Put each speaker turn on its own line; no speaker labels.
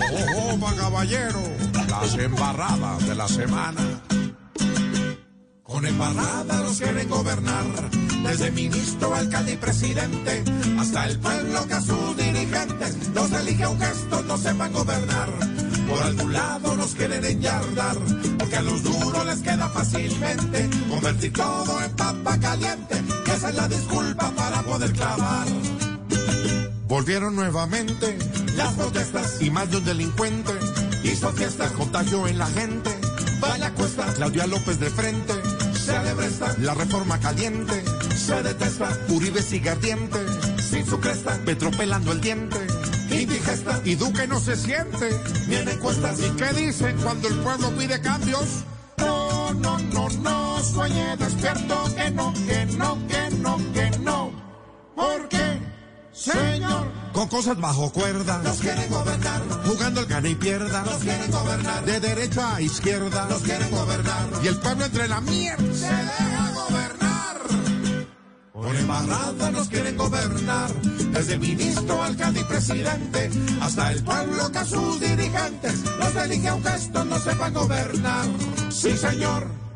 Ojo, pa' caballero, las embarradas de la semana. Con embarradas los quieren gobernar, desde ministro, alcalde y presidente, hasta el pueblo que a sus dirigentes los elige a un gesto, no sepan gobernar. Por algún lado nos quieren enyardar, porque a los duros les queda fácilmente convertir todo en papa caliente, que esa es la disculpa para poder clavar. Volvieron nuevamente las protestas y más de un delincuente hizo fiesta, contagio en la gente. Vaya cuesta, Claudia López de frente, celebra esta, la reforma caliente, se detesta, Uribe sigue ardiente, sin su cresta, Petro pelando el diente, indigesta, y Duque no se siente, ni en encuestas. ¿Y qué dicen cuando el pueblo pide cambios? No, no, no, no, sueñe despierto, que no, que no, que no, que no, porque... Señor, con cosas bajo cuerda, nos quieren gobernar, jugando el gana y pierda, nos quieren gobernar, de derecha a izquierda, nos quieren gobernar, y el pueblo entre la mierda se deja gobernar. Por embarrada nos quieren gobernar, desde el ministro, alcalde y presidente, hasta el pueblo que a sus dirigentes los elige aunque estos no sepan gobernar. Sí, señor.